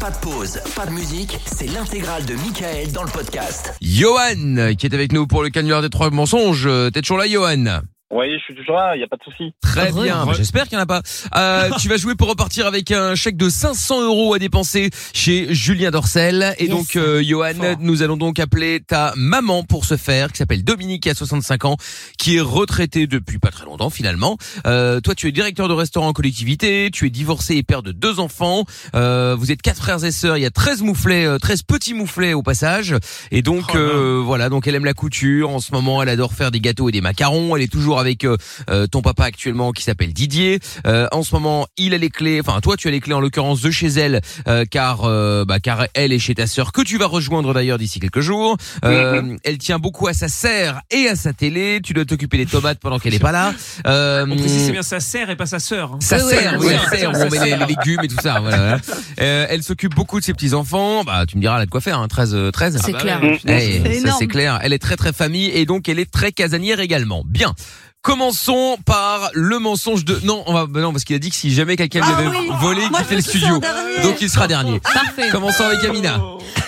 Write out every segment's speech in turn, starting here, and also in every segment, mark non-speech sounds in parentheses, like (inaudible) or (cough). Pas de pause, pas de musique, c'est l'intégrale de Michael dans le podcast. Johan, qui est avec nous pour le canular des trois mensonges. Euh, T'es toujours là, Johan Oui, je suis toujours là, il n'y a pas de souci. Très Heureux. bien, Heureux. bah, j'espère qu'il n'y en a pas. Euh, tu vas jouer pour repartir avec un chèque de 500 euros à dépenser chez Julien Dorcel. Et Yes. donc, euh, Johan, Fort. nous allons donc appeler ta maman pour ce faire, qui s'appelle Dominique, qui a 65 ans, qui est retraitée depuis pas très longtemps finalement. Euh, toi, tu es directeur de restaurant en collectivité, tu es divorcé et père de deux enfants. Euh, vous êtes quatre frères et sœurs, il y a 13 mouflets, euh, 13 petits mouflets au passage. Et donc, Oh là. euh, voilà, donc elle aime la couture. En ce moment, elle adore faire des gâteaux et des macarons. Elle est toujours avec euh, euh, ton papa actuellement qui s'appelle Didier. Euh, en ce moment, il a les clés. Enfin, toi, tu as les clés en l'occurrence de chez elle, euh, car euh, bah, car elle est chez ta sœur que tu vas rejoindre d'ailleurs d'ici quelques jours. Euh, Mhm. Elle tient beaucoup à sa serre et à sa télé. Tu dois t'occuper des tomates pendant qu'elle est pas là. Euh, On Hmm. précise c'est bien sa sœur et pas sa sœur. hein. ça Oui, oui, sert, oui, oui, oui, ça oui, sert, oui, on ça met les, sert. les légumes et tout ça. Voilà, voilà. Euh, elle s'occupe beaucoup de ses petits enfants. Bah, tu me diras, elle a de quoi faire, hein, 13, euh, 13. C'est bah clair. ouais. Eh, C'est ça énorme. c'est clair. Elle est très très famille et donc elle est très casanière également. Bien. Commençons par le mensonge de non, on va bah non parce qu'il a dit que si jamais quelqu'un lui Ah avait oui. volé, il Moi, je quittait me le suis studio. fait en dernier. Donc il sera dernier. Parfait. Commençons avec Amina.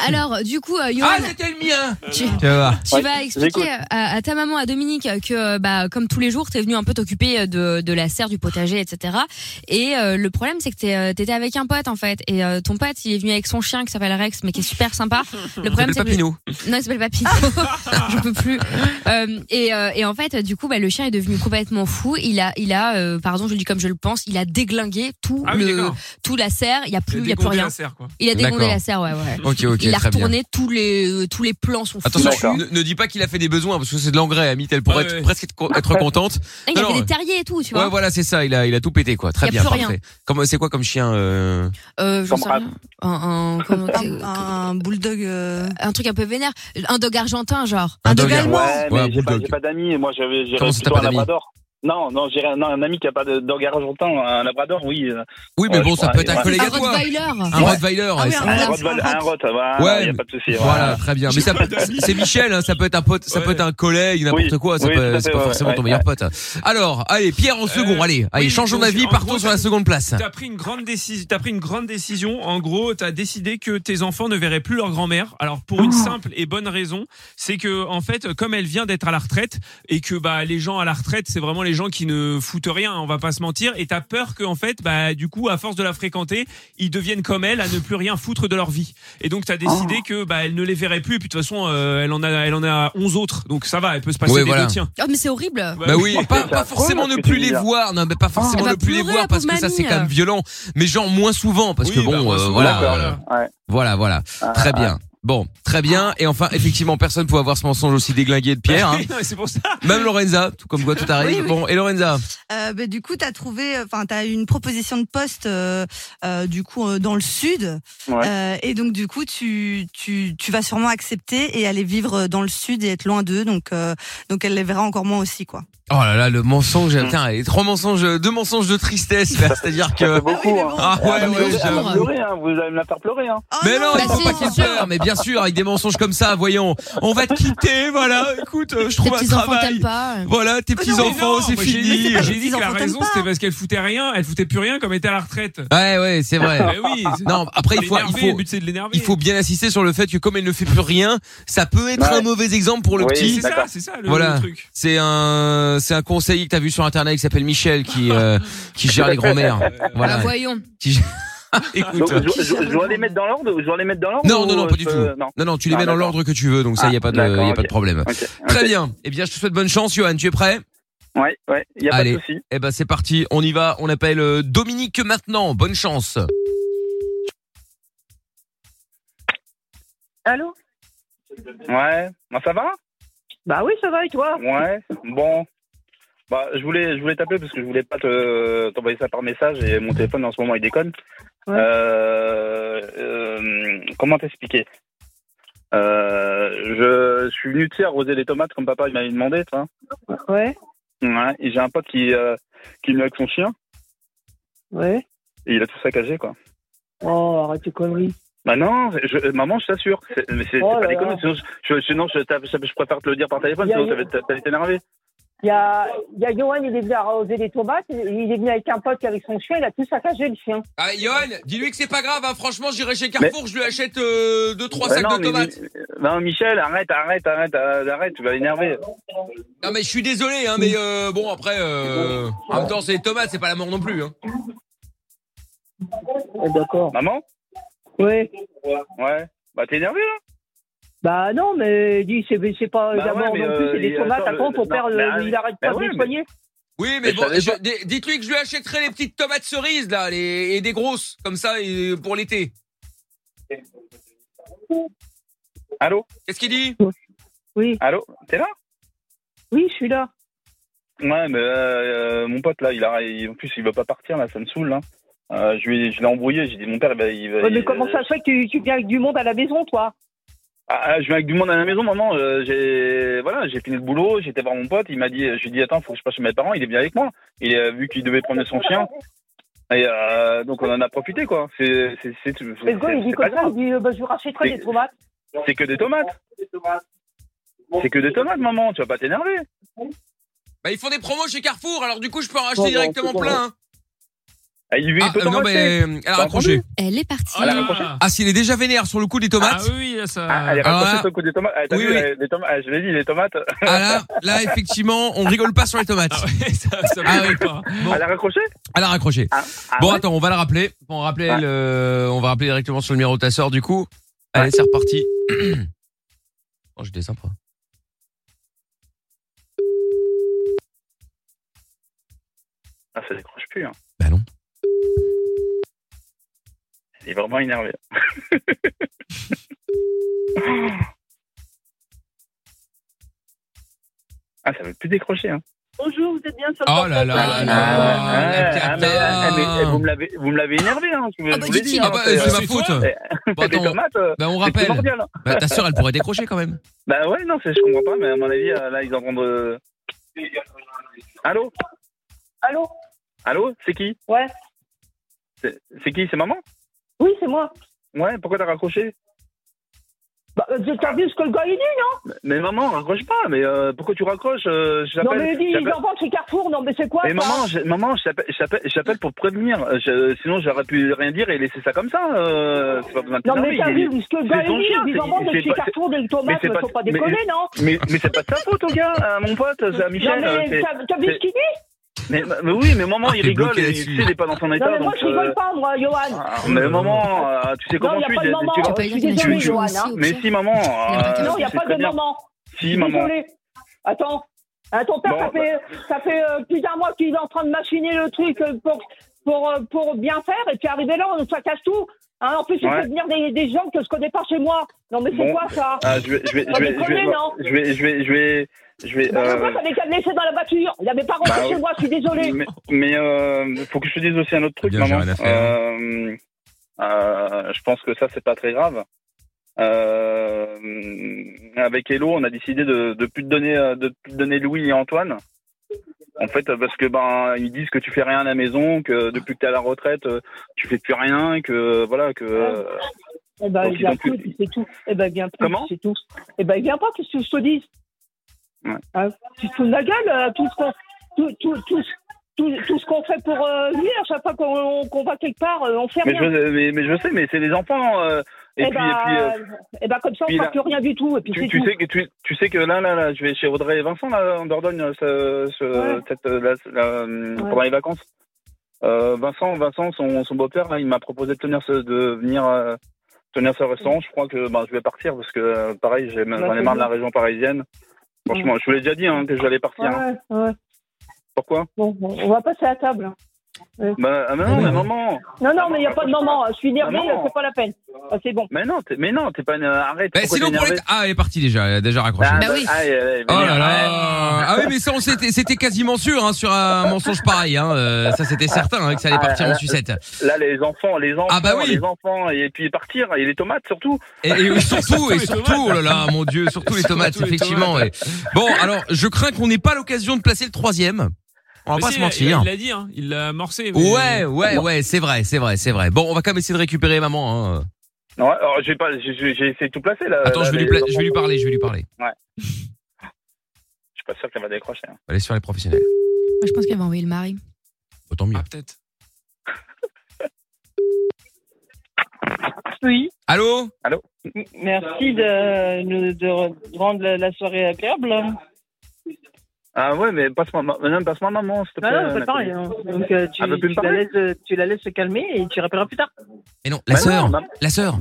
Alors, du coup, euh, Ah, Johan, c'était le mien. tu, Tu vas voir. tu Ouais, vas j'écoute. expliquer à, à ta maman, à Dominique, que bah, comme tous les jours, t'es venu un peu t'occuper euh, de, de la serre, du potager, etc. Et euh, le problème, c'est que t'es, euh, t'étais avec un pote, en fait. Et euh, ton pote, il est venu avec son chien qui s'appelle Rex, mais qui est super sympa. Le Il problème, s'appelle c'est que... Papineau. Non, il s'appelle Papito. (laughs) J'en peux plus. Euh, et, euh, et en fait, euh, du coup, bah, le chien est devenu complètement fou. Il a, il a, euh, pardon, je le dis comme je le pense, il a déglingué tout Ah oui, le, d'accord. tout la serre. euh, Il y a plus, il y a plus Dégondé rien. la serre, quoi. Il a dégondé D'accord. la serre, ouais, ouais. Ok ok il a très bien. retourné tous les euh, tous les plans sont fous. Attention, D'accord. ne, ne dis pas qu'il a fait des besoins parce que c'est de l'engrais, Amit. Elle pourrait Ah, être- ouais. presque être, être contente. Ah, il a non, fait ouais. des terriers et tout, tu Ouais, vois. voilà, c'est ça. Il a, il a tout pété, quoi. Très Y a bien, plus parfait. rien. Comme, c'est quoi comme chien euh... Euh, j'en Comme sais Rat. rien. Un, un, comment- Un, un bulldog. euh, un truc un peu vénère, un dog argentin genre. Un Un dog dog allemand. Ouais, Ouais, mais j'ai pas, bulldog. j'ai pas d'amis, moi j'avais j'ai Comment ça, t'as plutôt pas un d'amis labrador. Non, non, j'ai non, un ami qui a pas de dog argentin, un labrador, oui. euh, Oui, mais Ouais, bon, je ça crois, peut être un ouais. collègue Un à toi. Rottweiler. Un Rottweiler. Ah oui, c'est- un Un Voilà, rot, c'est un un rot, voilà, Ouais, y a pas de souci. Voilà, très bien. Mais ça (laughs) peut, c'est Michel, hein, ça peut être un pote, ça Ouais. peut être un collègue, n'importe Oui, quoi. Ça oui, tout peut, à c'est fait, pas ouais, forcément ton ouais, meilleur pote. Alors, allez, Pierre en second. Euh, allez, allez, oui, changeons donc, d'avis. en Partons gros, sur la ça- seconde place. Ah. T'as pris une grande décision. T'as pris une grande décision. En gros, t'as décidé que tes enfants ne verraient plus leur grand-mère. Alors pour Ah. une simple et bonne raison, c'est que en fait, comme elle vient d'être à la retraite et que bah les gens à la retraite, c'est vraiment les gens qui ne foutent rien. On va pas se mentir. Et t'as peur que en fait, bah du coup, à force de la fréquenter, ils deviennent comme elle, à ne plus rien foutre de leur vie. Et donc t'as Ah. décidé que bah elle ne les verrait plus. Et puis de toute façon, euh, elle en a, elle en a 11 autres. Donc ça va, elle peut se passer Oui, des voilà. deux tiens. Oh mais c'est horrible. Bah oui, pas, pas affreux, forcément ce ne que plus tu les dis, hein. voir, non, mais pas forcément Elle va ne plus les pleurer, voir la parce que pauvre ça c'est quand mamie. même violent, mais genre moins souvent parce que Oui, bah, bon, moi, euh, souvent, voilà. D'accord. euh, Ouais. Voilà, voilà. Très bien. Bon, très bien. Et enfin, effectivement, personne peut avoir ce mensonge aussi déglingué de Pierre. (laughs) hein. Ah Non, mais c'est pour ça. Même Lorenza, tout comme quoi tout arrive. Oui, oui. Bon, et Lorenza, euh, bah, du coup, t'as trouvé, enfin, t'as eu une proposition de poste, euh, euh, du coup, euh, dans le sud, Ouais. Euh, et donc du coup, tu, tu, tu vas sûrement accepter et aller vivre euh, dans le sud et être loin d'eux, donc, euh, donc elle les verra encore moins aussi, quoi. oh là là, le mensonge, putain, et trois mensonges, deux mensonges de tristesse, là. c'est-à-dire que. C'est beaucoup, mais hein. bon. Ah Ah, ouais, mais ouais, vous allez j'avoue. me pleurer, hein, vous allez me la faire pleurer. Hein. Oh Mais non, Bah il faut si, pas c'est qu'il sûr. pleure, mais bien sûr, avec des mensonges comme ça, voyons, on va te quitter, voilà, écoute, euh, je Tes trouve un petits enfants travail. t'aiment pas. Voilà, tes petits Mais Ah non, enfants, c'est moi, j'ai dit- fini. J'ai dit que la enfants, t'aimes raison, pas. c'était parce qu'elle foutait rien. Elle foutait plus rien comme elle était à la retraite. Ouais, ouais, c'est Bah vrai. oui. c'est- Non, après, il faut, il L'énerver, faut, Le but, c'est de l'énerver. il faut bien insister sur le fait que comme elle ne fait plus rien, ça peut être Ouais. un mauvais exemple pour le Oui, petit. C'est ça, D'accord. c'est ça le, Voilà. le truc. C'est un, c'est un conseiller que t'as vu sur internet qui s'appelle Michel qui (laughs) euh, qui gère les grands-mères. Bah Euh, Voilà. voyons. Qui- Écoute. Donc, je, je, je dois les mettre dans l'ordre, je dois les mettre dans l'ordre. Non, ou non, non, pas je du peux- tout. Non. Non, non, tu les Ah, mets dans d'accord. l'ordre que tu veux, donc ça, il Ah, n'y a pas de, d'accord, y a pas de ok. problème. Ok, ok. Très bien. Eh bien, je te souhaite bonne chance, Johan. Tu es prêt Ouais, ouais, y a pas Allez. de souci. Eh ben, c'est parti. On y va. On appelle euh, Dominique maintenant. Bonne chance. Allô Ouais, bah, ça va Bah oui, ça va et toi Ouais, bon. Bah, je voulais, je voulais t'appeler parce que je voulais pas te t'envoyer ça par message et mon téléphone en ce moment il déconne. Ouais. Euh, euh, comment t'expliquer euh, je, je suis venu tu sais, arroser les tomates comme papa il m'avait demandé, tu vois. Ouais, Ouais, et j'ai un pote qui euh, qui est venu avec son chien ouais. et il a tout saccagé quoi. Oh, arrête tes conneries. Bah non, je, euh, maman, je t'assure, c'est- mais c'est c'est Oh pas là déconné. là. Sinon, je, je, sinon je, t'as- je- je préfère te le dire par téléphone, Y a- sinon y ça a- va être- t'allais t'énerver. Il y a, il y a Johan, il est venu arroser les tomates, il est venu avec un pote avec son chien, il a tout saccagé le chien. Ah, Johan, dis-lui que c'est pas grave, hein, franchement, j'irai chez Carrefour, je lui achète euh, deux, trois Bah sacs non, de mais- tomates. Non, Michel, arrête, arrête, arrête, arrête, tu vas l'énerver. Non, mais je suis désolé, hein, mais euh, bon, après, euh, en même temps, c'est les tomates, c'est pas la mort non plus. Hein. Ah, D'accord. Maman Ouais. Ouais. Bah, t'es énervé, là Bah non, mais dis, c'est c'est pas Bah la ouais, mort mais, non euh, plus, c'est il- des tomates. attends, À quoi euh, ton non, père, mais, euh, il bah arrête ouais, pas de les mais- soigner Oui, mais je bon, savais je- pas. d- dites-lui que je lui achèterai les petites tomates cerises, là, les, et des grosses, comme ça, et euh, pour l'été. Allô Qu'est-ce qu'il dit Oui, Allô T'es là oui, je suis là. Ouais, mais euh, euh, mon pote, là, il a, il- en plus, il veut pas partir, là, ça me saoule, là. Euh, je lui ai- je l'ai embrouillé, j'ai dit, mon père, bah, il va. Ouais, mais il- comment ça se fait que tu, tu viens avec du monde à la maison, toi Ah, ah, je viens avec du monde à la maison, maman. euh, j'ai voilà, j'ai fini le boulot, j'étais voir mon pote. Il m'a dit, je lui ai dit, attends, faut que je passe chez mes parents. Il est bien avec moi. Il a vu qu'il devait promener son chien. Et euh, donc on en a profité quoi. C'est c'est c'est c'est- Mais le gars, il dit c'est pas comme ça, grave. il dit euh, bah, je vous rachèterai C'est- des tomates. C'est que des tomates. C'est que des tomates, maman. Tu vas pas t'énerver. Bah, ils font des promos chez Carrefour, alors du coup, je peux en racheter Bon, bon, directement c'est bon. plein. hein. Ah, il, il Ah, peut t'en non, rester. mais elle a T'as raccroché. Elle est partie. Ah, la Ah. prochaine. Ah, s'il est déjà vénère sur le coup des Ah tomates, oui, là, ça. Ah, elle est Ah, rapprochée ouais. sur le coup des tomates. Ah, t'as Oui, vu, oui. les- les tomates. Ah, je l'ai dit, les tomates. ah là, là, effectivement, on rigole pas sur les tomates. Ah ouais, ça, (laughs) ça Ah me oui. plaît pas. Bon. Elle a raccroché. Elle a raccroché. Ah, ah bon, ouais attends, on va la rappeler. On, rappelle, Ouais. euh, on va rappeler directement sur le numéro de ta sœur, du coup. Allez, c'est reparti. (clears throat) oh, j'étais sympa. Ah, ça décroche plus. Hein. Bah non. Il est vraiment énervé. (laughs) ah, ça veut plus décrocher. Hein. Bonjour, vous êtes bien sur Oh là là là là, la ah, cata. mais, ah, mais, eh, vous me l'avez- vous me l'avez énervé. Hein, je vous, Ah, je bah, vous l'ai dit, dit. ah, hein, bah, c'est c'est ma c'est- faute. c'est- Bon, c'est des attends, tomates, euh, bah, on c'est rappelle. primordial. Bah, ta sœur, elle pourrait décrocher quand même. Bah ouais, non, c'est- je comprends pas, mais à mon avis, euh, là, ils en vendent. euh, Allô Allô Allô C'est qui Ouais. C'est c'est qui C'est maman Oui, c'est moi. Ouais, pourquoi t'as raccroché Bah, euh, Ah. t'as vu ce que le gars il dit Mais maman, raccroche pas, mais euh, pourquoi tu raccroches euh, Je Non, l'appelle. mais il dit, j'appelle- ils en vendent chez Carrefour, non, mais c'est quoi Mais ça maman, je, maman, je t'appelle- je t'appelle- je t'appelle pour te prévenir. Euh, je- sinon, j'aurais pu rien dire et laisser ça comme ça. euh, c'est pas besoin de Non, t'énerver, mais t'as il est- vu ce que le gars c'est son il dit, chien, ils en c'est- vendent c'est chez pas- Carrefour des mais tomates, c'est pas- faut pas mais- déconner, non mais, mais c'est pas de ta faute, au gars, à mon pote, c'est à Non, Michel. euh, c'est- mais t'as t'as vu c'est- ce qu'il dit mais, mais oui, mais maman, Ah, il t'es rigole, bloqué et là-dessus. tu sais, il est pas dans son Non, état. mais moi, donc, je rigole euh, pas, moi, Johan. ah, mais maman, euh, tu sais comment Non, je il suis. n'y a pas de tu- maman, tu vois- peux je suis dire que désolée, tu- Johan. hein. au mais pire. si, maman. Il a pas de- euh, Non, il n'y a c'est pas très de bien. maman. Je Si, suis maman. désolée. Attends. Attends, père, Bon, ça bah. fait, ça fait euh, plus d'un mois qu'il est en train de machiner le truc euh, pour, pour, euh, pour bien faire. Et puis arrivé là, on ça casse tout. Hein, en plus, il Ouais. fait venir des, des gens que je connais pas chez moi. Non, mais c'est Bon. quoi ça Ah, je vais, je vais, Pas je vais, déconner, non je vais, je vais, je vais, je vais. bah, euh, Pourquoi t'avais qu'à le laisser dans la voiture Il n'avait pas rentré Bah, chez oui. moi, je suis désolée. Mais, mais euh, faut que je te dise aussi un autre truc, Bien, j'ai maman. rien à faire. Euh, euh, je pense que ça, c'est pas très grave. Euh, avec Hello, on a décidé de, de plus te donner, euh, de plus te donner Louis et Antoine. En fait, parce que ben ils disent que tu fais rien à la maison, que depuis que t'es à la retraite, euh, tu fais plus rien, que voilà, que euh, Eh ben, Donc, il ils ont vient plus- plus, et puis c'est tout. Eh ben, il vient plus, Comment c'est tout. Eh ben, il vient pas, qu'est-ce que je te dis Ouais. Hein Tu te fous de la gueule, euh, tout ce qu'on tout, tout, tout, tout, tout ce qu'on fait pour euh, lui, à chaque fois qu'on qu'on va quelque part, euh, on fait mais rien. je, mais, mais je sais, mais c'est les enfants. euh, et, eh puis, ben, et puis, euh, eh ben, comme ça, on puis ne là- fera plus rien du tout, et puis Tu, c'est tu tout. sais que tu, tu sais que là là là je vais chez Audrey et Vincent là en Dordogne euh, ce, ce- Ouais. cette, euh, la- la- pendant les vacances. Euh, Vincent Vincent son, son beau-père là il m'a proposé de tenir ce de venir euh, tenir ce restaurant. Je crois que ben je vais partir parce que euh, pareil j'ai Bah, j'en ai marre de la région parisienne. Franchement je vous l'ai déjà dit hein, que j'allais partir. Ouais, hein. ouais. Pourquoi Bon, on va passer à la table. Ben ah, mais non Oui. mais maman Non, non, Maman, mais il n'y a pas de raccroche moment. Je suis nervée, Maman. c'est pas la peine. Ah, c'est bon. mais non t'es- mais non t'es pas une- euh, arrête. Bah, pourquoi sinon, t'es pour les... énervée Ah, elle est partie déjà, elle a déjà raccroché. Ah, Bah oui. ah, elle- elle- Oh elle- là là Ah oui mais ça on s'était c'était quasiment sûr hein, sur un mensonge pareil hein, euh, ça c'était certain hein, que ça allait Ah, partir en là, sucette. Là les enfants les enfants Ah, bah oui. les enfants et puis partir et les tomates surtout. Et, et surtout, Surtout et les tomates. surtout, oh là là, mon Dieu, surtout les Surtout tomates, les effectivement. tomates. et- Bon, alors, je crains qu'on n'ait pas l'occasion de placer le troisième. On va Mais pas si, se il a- mentir. Il l'a dit, hein, il l'a amorcé. mais- Ouais, ouais, ouais, c'est vrai, c'est vrai, c'est vrai. Bon, on va quand même essayer de récupérer maman. Euh, Hein. Non, alors j'ai bah, pas, j'ai- j'ai j'ai essayé de tout placer là. Attends, Là, je vais, lui les- pla- je vais lui parler, je vais lui parler. Je suis pas sûr qu'elle va décrocher. hein. Allez sur les professionnels. Moi, je pense qu'elle va envoyer le mari. Autant mieux. Ah, peut-être. Oui, Ah. Allô m- merci de, nous- de re- rendre la la soirée agréable. Ah ouais, mais passe-moi, ma- madame, passe-moi maman, s'il te Bah Non, plaît. non, c'est Nathalie. pareil. hein. Donc, euh, tu, Elle veut plus me tu la parler laisses, tu la laisses se calmer et tu rappelleras plus tard. Mais non, la Bah non, sœur, ma- la sœur,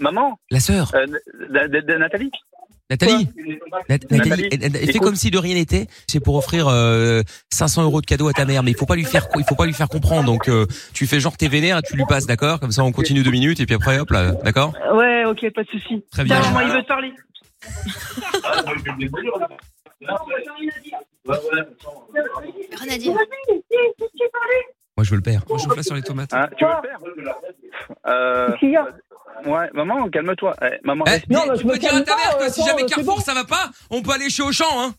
maman, la sœur, euh, de- de- de- Nathalie. Nathalie. Nat- Nathalie, Nathalie, elle- elle- elle fait écoute. comme si de rien n'était. C'est pour offrir euh, 500 euros de cadeau à ta mère, mais il faut pas lui faire, co- il faut pas lui faire comprendre. Donc euh, tu fais genre t'es vénère, et tu lui passes, d'accord Comme ça on continue deux minutes et puis après hop là, d'accord Ouais, ok, pas de souci. Très Ah, bien. Tiens, Bah, maman, il veut te parler. Renadine. Moi je veux le père. On chauffe là sur les tomates. Hein, tu veux le faire euh, Qu'il y a Ouais, maman, calme-toi. Eh, maman, Eh, reste- Non, mais je me calme pas, euh, attends, c'est bon. ça va pas, on peut aller chez Auchan, hein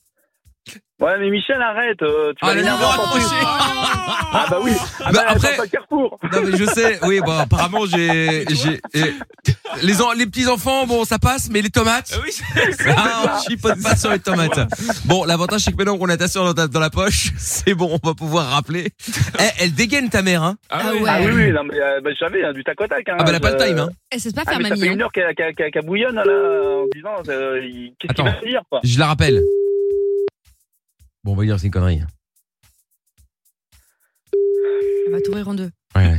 Ouais, mais Michel, arrête. euh, tu vas Ah, le l'énerver nouveau encore plus. accroché. Ah bah oui. Ah bah, Bah, après- attends, pas Carrefour. Non mais je sais, oui bah apparemment (laughs) j'ai j'ai euh, les en- les petits enfants bon ça passe mais les tomates Ah oui, c'est- (laughs) c'est- ah, on chipote pas sur les tomates. Bon, l'avantage c'est que maintenant qu'on a ta soeur dans, ta- dans la poche, (laughs) c'est bon, on va pouvoir (laughs) rappeler. Eh, elle dégaine ta mère, hein Ah oui. ouais. Ah oui, oui, non, mais euh, bah, je savais, hein, du tac au tac. hein, Ah bah elle a pas le euh, time, hein Elle sait pas Ah, faire mais ça mamie. fait hein. une heure qu'elle qu'elle- qu'elle- qu'elle bouillonne là, en disant euh, il- qu'est-ce qu'il Attends. va me dire quoi. Je la rappelle. Bon, on va lui dire que c'est une connerie. hein. Elle va t'ouvrir en deux. Ouais, (laughs)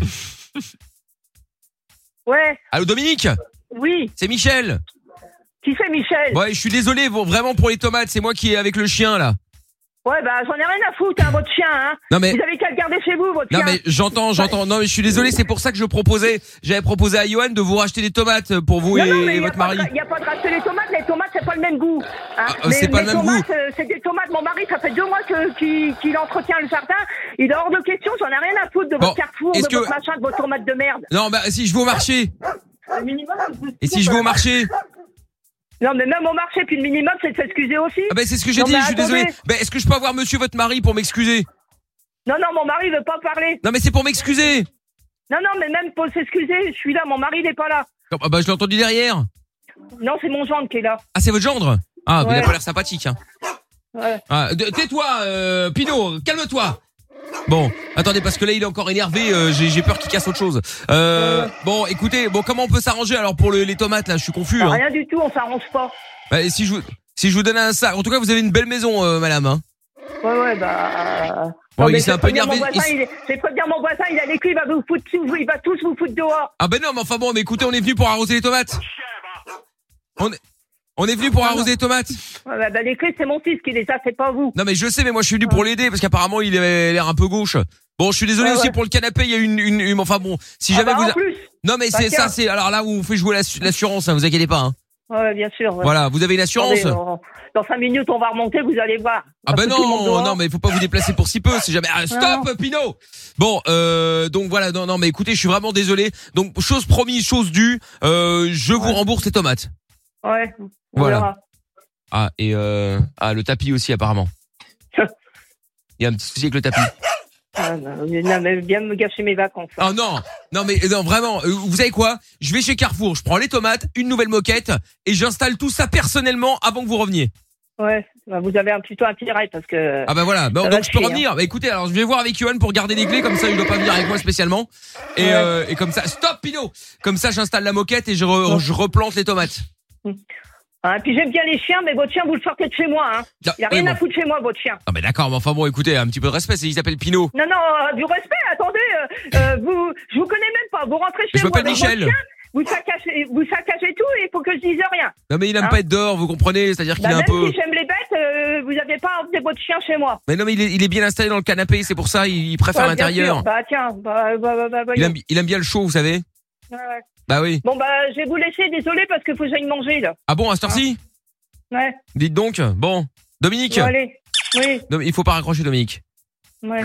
ouais. Ouais, Allô Dominique, oui. c'est Michel. Qui c'est Michel Ouais, je suis désolé bon, vraiment pour les tomates, c'est moi qui est avec le chien là. Ouais, bah j'en ai rien à foutre, hein, votre chien. Hein. Non mais Vous avez qu'à le garder chez vous, votre Non chien. mais j'entends, j'entends. Non mais je suis désolé, c'est pour ça que je proposais, j'avais proposé à Johan de vous racheter des tomates pour vous et, non, non, mais et il n'y a, votre pas mari. de- y a pas de racheter les tomates, les tomates, c'est pas le même goût. hein. Ah, euh, c'est pas le même tomates, euh, c'est des tomates, mon mari, ça fait deux mois que- qu'il qu'il entretient le jardin. Il est hors de question, j'en ai rien à foutre de Bon, votre carrefour, de est-ce que- votre machin, de vos tomates de merde. Non bah si je vais au marché. Le minimum, Et si je vais au marché Non, mais même au marché, puis le minimum, c'est de s'excuser aussi. Ah bah c'est ce que j'ai Non, dit, mais je suis attendez. désolé. Bah est-ce que je peux avoir monsieur votre mari pour m'excuser Non, non, mon mari veut pas parler. Non mais c'est pour m'excuser. Non, non, mais même pour s'excuser, je suis là, mon mari n'est pas là. Non, Ah bah je l'ai entendu derrière. Non, c'est mon gendre qui est là. Ah c'est votre gendre Ah, mais il a Ouais. pas l'air sympathique hein. Ouais. Ah, de- tais-toi euh, Pino, calme-toi. Bon, attendez parce que là il est encore énervé, euh, j'ai j'ai peur qu'il casse autre chose. Euh, bon, écoutez, bon comment on peut s'arranger alors pour le- les tomates là, je suis confus. hein. Rien du tout, on s'arrange pas. Bah, et si je vous si je vous donne un sac, en tout cas vous avez une belle maison, euh, madame. Hein. Ouais, ouais, bah. Bon, Non, il mais s'est un je peu préviens énervé. mon voisin, il- il est- Je préviens mon voisin, il a les culs, il va vous foutre, tous- il va tous vous foutre dehors. Ah ben non, mais enfin bon, mais écoutez, on est venu pour arroser les tomates. On est on est venu pour arroser les tomates. Ouais, bah, bah, les clés, c'est mon fils qui les a, c'est pas vous. Non mais je sais, mais moi je suis venu pour l'aider parce qu'apparemment il avait l'air un peu gauche. Bon, je suis désolé Bah Ouais, aussi ouais. pour le canapé. Il y a une, une, une- enfin bon, si jamais Ah, bah, vous, en a- plus. non mais c'est Bah, ça, tiens. c'est alors là où on fait jouer l'assu- l'assurance, hein, vous inquiétez pas. hein. Ouais, bien sûr. ouais. Voilà, vous avez une assurance. Attendez, on- Dans 5 minutes, on va remonter, vous allez voir. Ah ben Parce que tout le monde non, dehors. non mais il faut pas vous déplacer pour si peu, si jamais. Ah, stop, Pino. Bon, euh, donc voilà, non, non mais écoutez, je suis vraiment désolé. Donc chose promise, chose due, euh, je vous rembourse les tomates. Ouais. on Voilà. verra. Ah et euh, ah le tapis aussi apparemment. Il y a un petit souci avec le tapis. Ah, non, mais- non, mais viens me gâcher mes vacances. Oh non, non mais non vraiment. euh, Vous savez quoi Je vais chez Carrefour, je prends les tomates, une nouvelle moquette et j'installe tout ça personnellement avant que vous reveniez. Ouais. Bah, vous avez un, plutôt un pirail parce que. Ah bah voilà, Bon, Ça va hein. donc je peux chier, revenir. Bah écoutez, alors je vais voir avec Yohan pour garder les clés, comme ça il doit pas venir avec moi spécialement. Et, Ouais. euh, et comme ça, stop Pino Comme ça j'installe la moquette et je, re- Ouais. je replante les tomates. Hein, puis j'aime bien les chiens, mais votre chien, vous le sortez de chez moi. Hein. Non, Il a oui, rien bon. à foutre chez moi, votre chien. Non, mais d'accord, mais enfin bon, écoutez, un petit peu de respect, c'est- il s'appelle Pino. Non, non, euh, du respect, attendez, euh, euh, vous, je vous connais même pas, vous rentrez Mais chez je moi m'appelle avec votre Michel. chien, vous saccagez, vous saccagez tout et il faut que je dise rien. Non mais il aime Hein pas être dehors, vous comprenez, c'est-à-dire qu'il Bah, est un même peu. si j'aime les bêtes, euh, vous n'avez pas emmené votre chien chez moi. Mais non mais il est, il est bien installé dans le canapé, c'est pour ça il, il préfère Ouais, bien sûr. l'intérieur. Bah tiens, bah, bah, bah, bah, Il voyons. aime, il aime bien le chaud, vous savez. Ouais, ouais. Bah oui. Bon bah je vais vous laisser, désolé parce que faut que j'aille manger là. Ah bon, à cette heure-ci Ouais, Dites donc. Bon, Dominique. bon, allez, oui, Dom- Il faut pas raccrocher Dominique. ouais.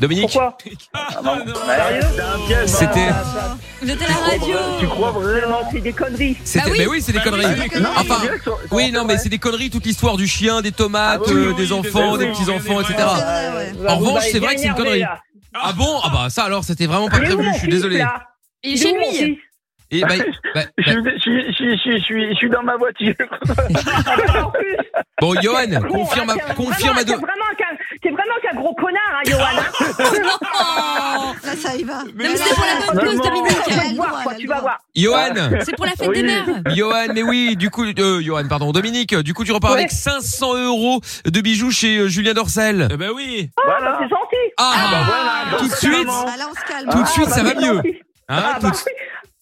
Dominique. Pourquoi Ah, Bah, Ouais, non. C'était un piège. maman. C'était- Ah, Vous êtes à la radio. Tu crois vraiment Non, c'est des conneries. C'était. Bah oui. Mais oui, c'est des Bah oui, conneries. c'est des Non, conneries. Enfin, c'est vrai que ça- ça Oui, en non, fait mais vrai. c'est des conneries, toute l'histoire du chien, des tomates, Ah oui, euh, oui, des des enfants, des enfants, petits enfants, des- etc. Ah, Ouais, ouais. En revanche, c'est vrai que c'est une connerie. Là. Ah bon Ah bah ça alors, c'était vraiment pas Il est prévu. où mon Je suis fils, désolé. là Il est Il est chez où, mon lui. fils Et bah, bah, Je, bah, je- je- je- je- je suis, je suis dans ma voiture. (laughs) bon, Johan, confirme, à- T'es vraiment- confirme à T'es deux. vraiment qu'un- t'es vraiment qu'un gros connard, hein, Johan. hein. Ah. Oh Là, ça y va. non, mais c'est pour la bonne cause, Maman. Tu Dominique. vas le voir, quoi, tu vas voir. Johan, C'est pour la fête Oui. des mères. Johan, mais oui, du coup, euh, Johan, pardon, Dominique, du coup, tu repars Ouais. avec 500 euros de bijoux chez euh, Julien Dorcel. Eh ben oui. Voilà. C'est gentil. Ah, bah voilà. tout de suite, Ah, là, on se calme. tout de suite, bah, ça va c'est mieux. gentil. hein, Ah, tout bah de- oui.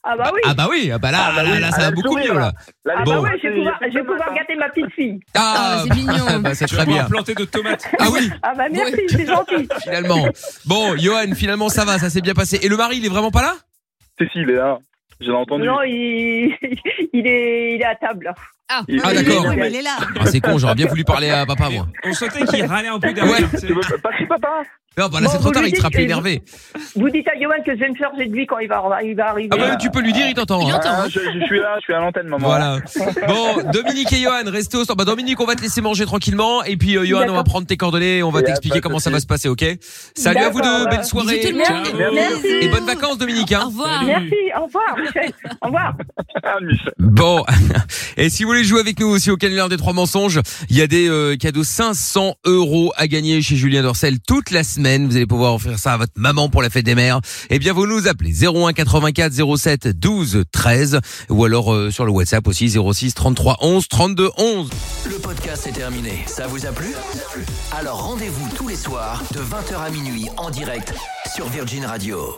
Ah bah oui. ah bah oui, ah bah là, Ah bah là, oui, là, elle ça a va le beaucoup sourire, mieux là. Là, Ah Bon. bah oui, je vais pouvoir, je vais pouvoir gâter ma petite fille. Ah, c'est mignon. bah, c'est Tu très vas pouvoir bien. planter de tomates. Ah oui, Ah bah merci, (laughs) c'est gentil. finalement. Bon, Johan, finalement, ça va, ça s'est bien passé. Et le mari, il est vraiment pas là Si, si, il est là. hein. Je l'ai entendu. Non, il, (laughs) il est, il est à Il- table. Ah, il d'accord. est Oui, énervé. mais il est là. ah, C'est con, j'aurais bien voulu parler à papa, moi. On sentait qu'il râlait un peu derrière. Ouais. tu sais. Tu veux pas chez papa Non, bah là, c'est Bon, trop vous tard, lui il sera dites plus que- énervé. Vous dites à Johan que je vais me charger de lui quand il va, il va arriver. Ah bah oui, tu peux lui dire, il t'entend. hein. Ah, je, je suis là, je suis à l'antenne, maman. Voilà. Bon, Dominique et Johan, restez au centre. Bah, Dominique, on va te laisser manger tranquillement. Et puis, euh, Johan, on va D'accord. prendre tes coordonnées. On va Y a t'expliquer pas de comment ça va souci. se passer, ok Salut à vous D'accord, deux. bah. Belle soirée. Bisous tout le monde. Ciao. Merci. Et bonnes vacances, Dominique. Au Hein. revoir. Merci, au revoir, Michel. Au revoir. Ah, Michel. Bon. (laughs) Et si vous voulez jouer avec nous aussi au canular des trois mensonges, il y a des euh, cadeaux 500 euros à gagner chez Julien Dorcel toute la semaine. Vous allez pouvoir offrir ça à votre maman pour la fête des mères. Eh bien, vous nous appelez 01 84 07 12 13 ou alors euh, sur le WhatsApp aussi 06 33 11 32 11. Le podcast est terminé. Ça vous a plu Alors rendez-vous tous les soirs de 20h à minuit en direct sur Virgin Radio.